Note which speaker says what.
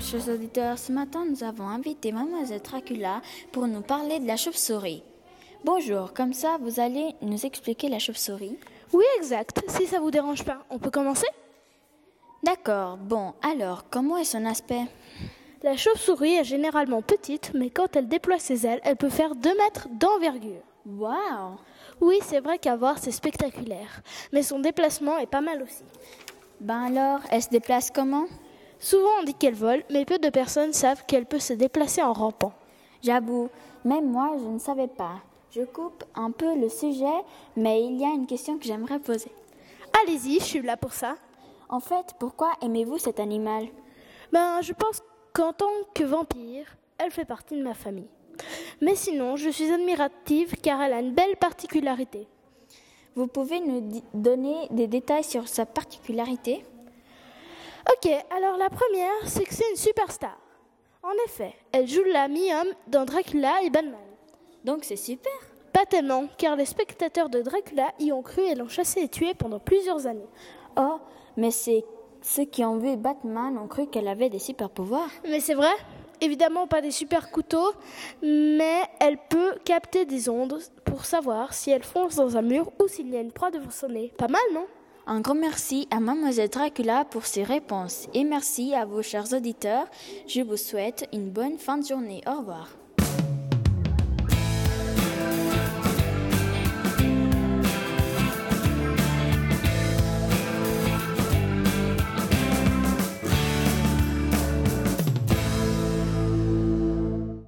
Speaker 1: chers auditeurs, ce matin nous avons invité mademoiselle Dracula pour nous parler de la chauve-souris. Bonjour, comme ça vous allez nous expliquer la chauve-souris
Speaker 2: Oui, exact. Si ça vous dérange pas, on peut commencer
Speaker 1: D'accord, bon, alors comment est son aspect
Speaker 2: La chauve-souris est généralement petite, mais quand elle déploie ses ailes, elle peut faire 2 mètres d'envergure.
Speaker 1: Waouh
Speaker 2: Oui, c'est vrai qu'à voir, c'est spectaculaire, mais son déplacement est pas mal aussi.
Speaker 1: Ben alors, elle se déplace comment
Speaker 2: Souvent on dit qu'elle vole, mais peu de personnes savent qu'elle peut se déplacer en rampant.
Speaker 1: J'avoue, même moi je ne savais pas. Je coupe un peu le sujet, mais il y a une question que j'aimerais poser.
Speaker 2: Allez-y, je suis là pour ça.
Speaker 1: En fait, pourquoi aimez-vous cet animal
Speaker 2: Ben, je pense qu'en tant que vampire, elle fait partie de ma famille. Mais sinon, je suis admirative car elle a une belle particularité.
Speaker 1: Vous pouvez nous di- donner des détails sur sa particularité
Speaker 2: Ok, alors la première, c'est que c'est une superstar. En effet, elle joue la mi-homme dans Dracula et Batman.
Speaker 1: Donc c'est super
Speaker 2: Pas tellement, car les spectateurs de Dracula y ont cru et l'ont chassée et tuée pendant plusieurs années.
Speaker 1: Oh, mais c'est ceux qui ont vu Batman ont cru qu'elle avait des super pouvoirs.
Speaker 2: Mais c'est vrai, évidemment pas des super couteaux, mais elle peut capter des ondes pour savoir si elle fonce dans un mur ou s'il y a une proie devant son nez. Pas mal, non
Speaker 1: Un grand merci à Mademoiselle Dracula pour ses réponses et merci à vos chers auditeurs. Je vous souhaite une bonne fin de journée. Au revoir.